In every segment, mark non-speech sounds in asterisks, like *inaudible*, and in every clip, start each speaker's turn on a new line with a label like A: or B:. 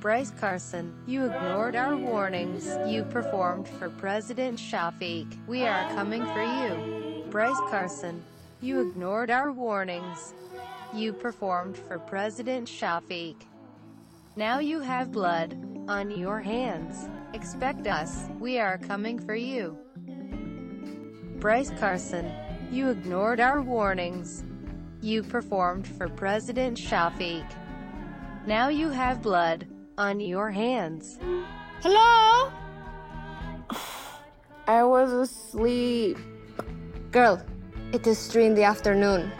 A: Bryce Carson, you ignored our warnings. You performed for President Shafiq. We are coming for you. Bryce Carson, you ignored our warnings. You performed for President Shafiq. Now you have blood on your hands. Expect us. We are coming for you. Bryce Carson, you ignored our warnings. You performed for President Shafiq. Now you have blood on your hands.
B: Hello?
C: I was asleep.
B: Girl, it is three in the afternoon.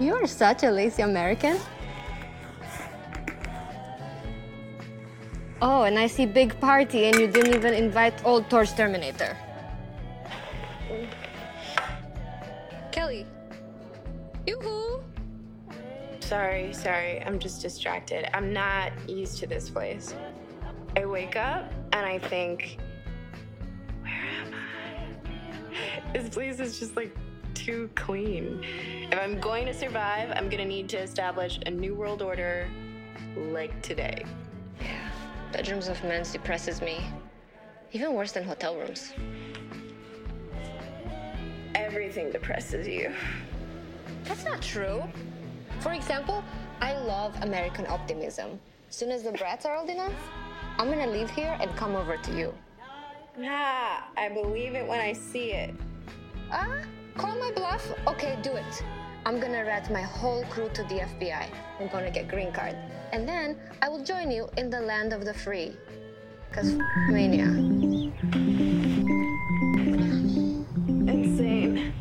B: You are such a lazy American. Oh, and I see big party, and you didn't even invite old Torch Terminator. Kelly. Yoo-hoo.
C: Sorry, sorry. I'm just distracted. I'm not used to this place. I wake up and I think, where am I? This place is just like too clean. If I'm going to survive, I'm going to need to establish a new world order like today.
B: Bedrooms of men's depresses me. Even worse than hotel rooms.
C: Everything depresses you.
B: That's not true. For example, I love American optimism. Soon as the brats are old enough, I'm gonna leave here and come over to you.
C: Nah, I believe it when I see it.
B: Ah, call my bluff? Okay, do it. I'm gonna rat my whole crew to the FBI. I'm gonna get green card. And then I will join you in the land of the free. Cause f- mania.
C: Insane.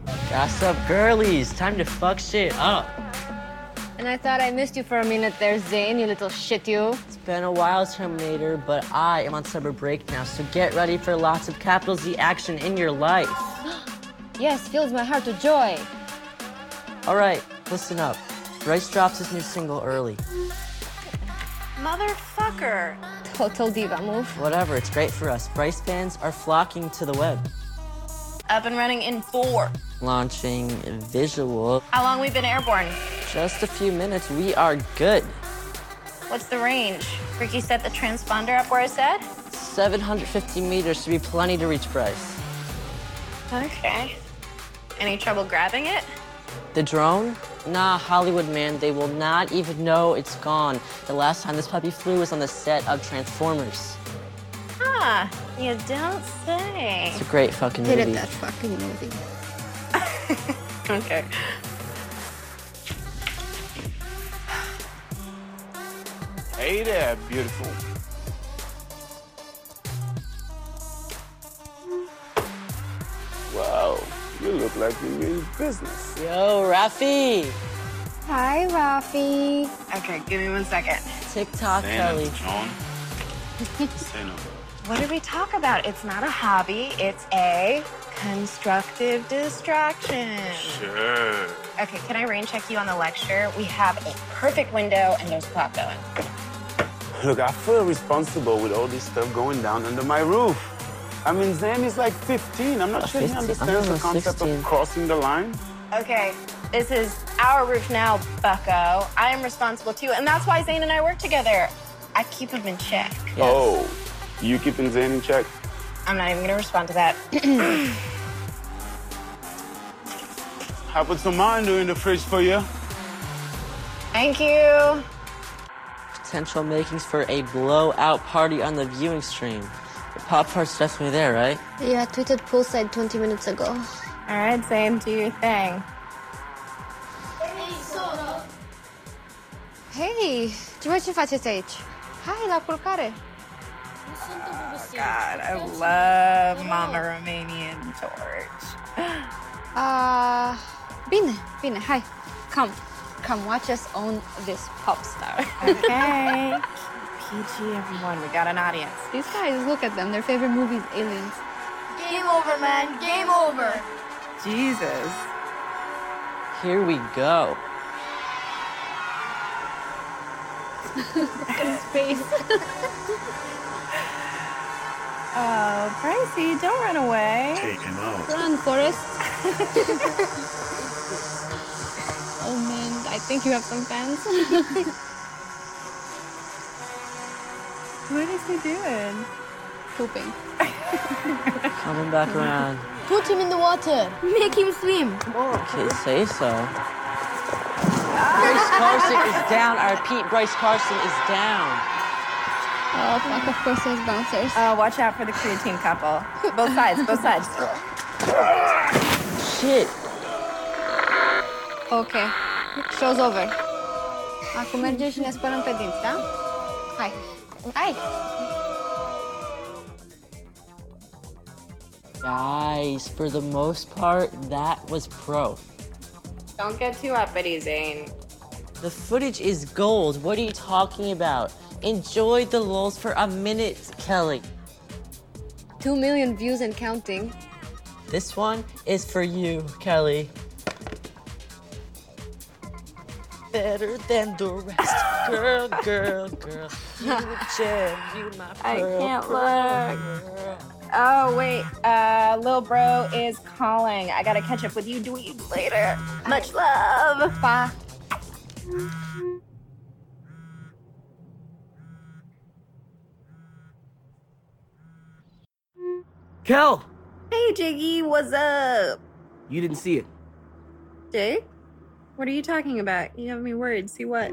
C: *laughs*
D: Gas up, girlies. Time to fuck shit up.
B: And I thought I missed you for a minute there, Zane, you little shit you.
D: It's been a while, Terminator, but I am on summer break now, so get ready for lots of capital Z action in your life.
B: Yes, fills my heart with joy.
D: All right, listen up. Bryce drops his new single early.
C: Motherfucker.
B: Total diva move.
D: Whatever, it's great for us. Bryce fans are flocking to the web.
C: Up and running in four.
D: Launching visual.
C: How long we been airborne?
D: Just a few minutes, we are good.
C: What's the range? Ricky set the transponder up where I said?
D: 750 meters should be plenty to reach Bryce.
C: Okay. Any trouble grabbing it?
D: The drone? Nah, Hollywood man, they will not even know it's gone. The last time this puppy flew was on the set of Transformers.
C: Huh. You don't say.
D: It's a great fucking
B: Hated
D: movie.
B: that fucking movie.
C: Okay.
E: Hey there, er beautiful. Wow, you look like you mean business.
D: Yo, Rafi!
B: Hi, Rafi.
C: Okay, give me one second.
D: TikTok Kelly.
E: John. Say no.
C: What did we talk about? It's not a hobby, it's a constructive distraction.
E: Sure.
C: Okay, can I rain check you on the lecture? We have a perfect window and there's a clock going.
E: Look, I feel responsible with all this stuff going down under my roof. I mean, Zan is like 15. I'm not sure he
D: 15.
E: understands the
D: I'm
E: concept
D: 16.
E: of crossing the line.
C: Okay, this is our roof now, bucko. I am responsible too, and that's why Zane and I work together. I keep him in check.
D: Yes.
E: Oh, you keeping Zan in check?
C: I'm not even gonna respond to that. *clears throat*
E: I put some mango in the fridge for you.
C: Thank you.
D: Potential makings for a blowout party on the viewing stream. The pop part's definitely there, right?
B: Yeah, I tweeted poolside 20 minutes ago.
C: All right, Zane, do your thing.
B: Hei, ce mai ce faceți aici? Hai, la culcare.
C: God, I love Mama Romanian George.
B: Uh, bine, bine, hai. Come, come watch us own this pop
C: *laughs*
B: star.
C: Okay. PG, everyone, we got an audience.
B: These guys, look at them. Their favorite movie is Aliens.
F: Game over, man. Game over.
C: Jesus.
D: Here we go.
C: Oh, Pricey, don't run away.
E: Take him out.
B: Run, Forrest. *laughs* oh man, I think you have some fans.
G: *laughs* What is he doing?
F: Pooping.
D: Coming back
C: Mm-hmm.
D: around.
H: Put him in the water. Make him swim.
D: Okay, say so. Bryce Carson is down. I repeat, Bryce Carson is down.
F: Oh, fuck, of course there's bouncers.
G: Uh, watch out for the creatine couple. Both sides, both sides.
D: Shit.
F: Okay. Show's over. Acum mergem și ne spălăm pe dinți, da? Hai. Hai!
D: Guys, for the most part, that was pro.
C: *laughs* Don't get too uppity, Zane.
D: The footage is gold. What are you talking about? Enjoy the lulls for a minute, Kelly.
F: Two million views and counting.
D: This one is for you, Kelly. Better than the rest.
F: *laughs*
D: Girl, girl, girl. You gem, you my pearl.
G: I can't
D: look.
G: Oh, wait. Uh, Lil Bro is calling. I gotta catch up with you dweebs later. Much love. Bye.
I: Kel,
G: Hey, Jiggy, what's up?
I: you didn't see it.
G: Jake? What are you talking about? You have me worried. See what?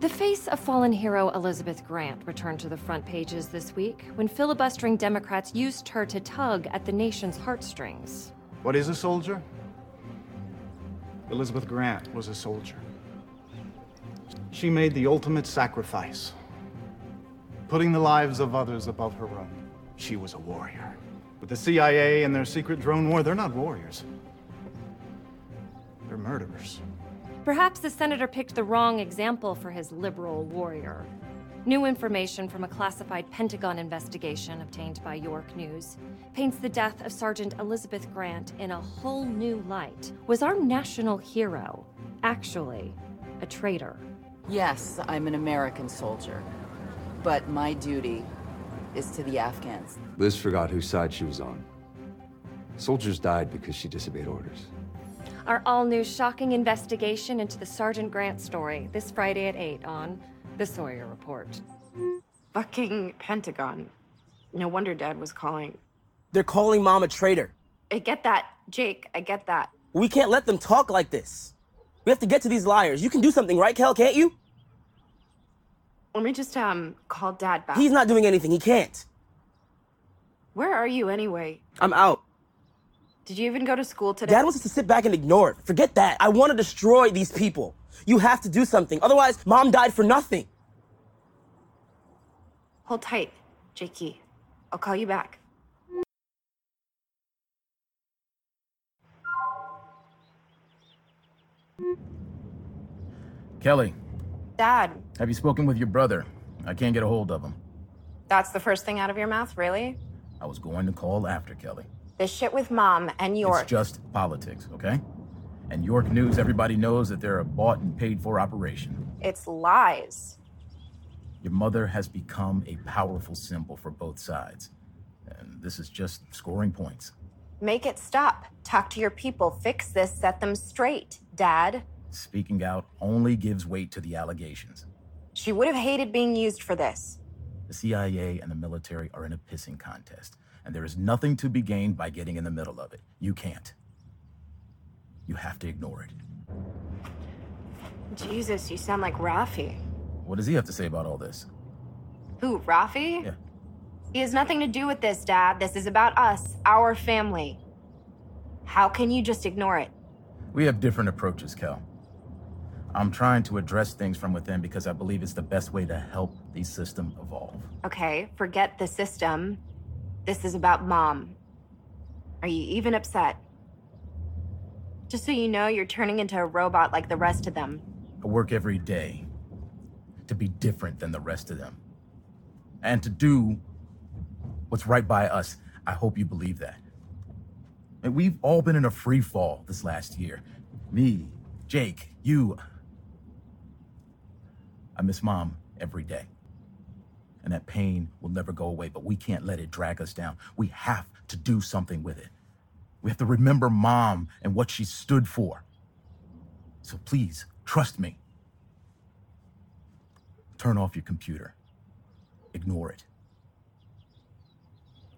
A: The face of fallen hero Elizabeth Grant returned to the front pages this week when filibustering Democrats used her to tug at the nation's heartstrings.
J: What is a soldier? Elizabeth Grant was a soldier. She made the ultimate sacrifice, putting the lives of others above her own. She was a warrior. With the CIA and their secret drone war, they're not warriors, they're murderers.
A: Perhaps the senator picked the wrong example for his liberal warrior. New information from a classified Pentagon investigation obtained by York News paints the death of Sergeant Elizabeth Grant in a whole new light. Was our national hero actually a traitor?
K: Yes, I'm an American soldier, but my duty is to the Afghans.
L: Liz forgot whose side she was on. Soldiers died because she disobeyed orders.
A: Our all new shocking investigation into the Sergeant Grant story this Friday at 8 on The Sawyer Report.
C: Fucking Pentagon. No wonder Dad was calling.
I: They're calling mom a traitor.
C: I get that, Jake. I get that.
I: We can't let them talk like this. We have to get to these liars. You can do something, right, Kel? Can't you?
C: Let me just um call Dad back.
I: He's not doing anything. He can't.
C: Where are you anyway?
I: I'm out.
C: Did you even go to school today?
I: Dad wants us to sit back and ignore it. Forget that. I want to destroy these people. You have to do something. Otherwise, mom died for nothing.
C: Hold tight, Jakey. I'll call you back.
M: Kelly,
C: Dad,
M: have you spoken with your brother? I can't get a hold of him.
C: that's the first thing out of your mouth, really?
M: I was going to call after Kelly.
C: This shit with Mom and York.
M: It's just politics, okay? And York News, everybody knows that they're a bought and paid for operation.
C: It's lies.
M: Your mother has become a powerful symbol for both sides. And this is just scoring points.
C: Make it stop. Talk to your people. Fix this. Set them straight, Dad.
M: Speaking out only gives weight to the allegations.
C: She would have hated being used for this.
M: The CIA and the military are in a pissing contest, and there is nothing to be gained by getting in the middle of it. You can't. You have to ignore it.
C: Jesus, you sound like Rafi.
M: What does he have to say about all this?
C: Who, Rafi?
M: Yeah.
C: He has nothing to do with this, Dad. This is about us, our family. How can you just ignore it?
M: We have different approaches, Cal. I'm trying to address things from within because I believe it's the best way to help the system evolve.
C: Okay, forget the system. This is about mom. Are you even upset? Just so you know, you're turning into a robot like the rest of them.
M: I work every day to be different than the rest of them and to do what's right by us. I hope you believe that. And we've all been in a free fall this last year. Me, Jake, you. I miss mom every day. And that pain will never go away, but we can't let it drag us down. We have to do something with it. We have to remember mom and what she stood for. So please, trust me. Turn off your computer.
N: Ignore it.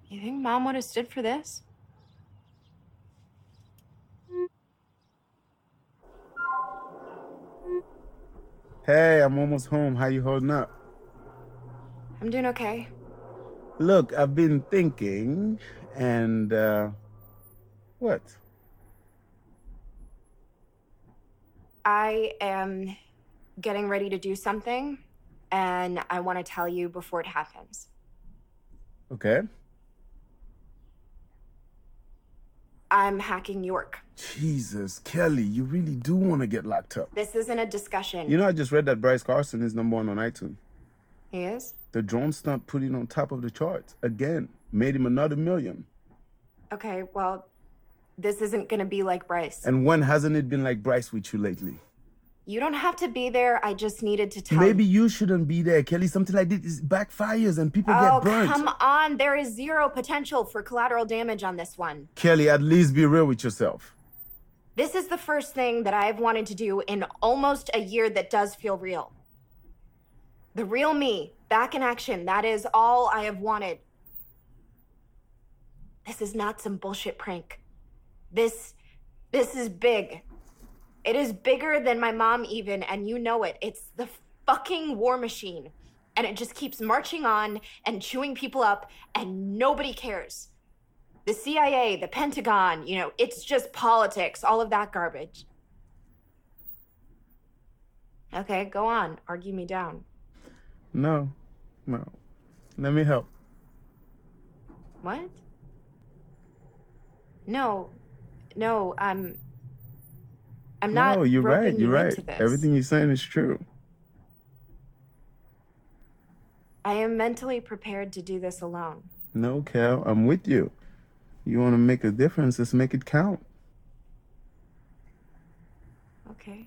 C: You think mom would have stood for this?
E: Hey, I'm almost home. How you holding up?
C: I'm doing okay.
E: Look, I've been thinking, and uh, what?
C: I am getting ready to do something, and I want to tell you before it happens.
E: Okay.
C: I'm hacking York.
E: Jesus, Kelly, you really do want to get locked up.
C: This isn't a discussion.
E: You know, I just read that Bryce Carson is number one on iTunes.
C: he is?
E: The drone stunt put him on top of the charts again, made him another million.
C: Okay, well, this isn't going to be like Bryce.
E: And when hasn't it been like Bryce with you lately?
C: You don't have to be there. I just needed to tell
E: Maybe you shouldn't be there, Kelly. Something like this is backfires and people
C: Oh,
E: get burnt.
C: come on. There is zero potential for collateral damage on this one.
E: Kelly, at least be real with yourself.
C: This is the first thing that I've wanted to do in almost a year that does feel real. The real me, back in action. That is all I have wanted. This is not some bullshit prank. This this is big. It is bigger than my mom even and you know it. It's the fucking war machine and it just keeps marching on and chewing people up and nobody cares the CIA, the Pentagon, you know, it's just politics, all of that garbage. Okay, go on, argue me down.
E: No, no. Let me help.
C: What? No, no, I'm. I'm not.
E: no, you're
C: roping
E: right. You're
C: you
E: right.
C: into this.
E: Everything you're saying is true.
C: I am mentally prepared to do this alone.
E: No, Cal, I'm with you. You want to make a difference, let's make it count.
C: Okay.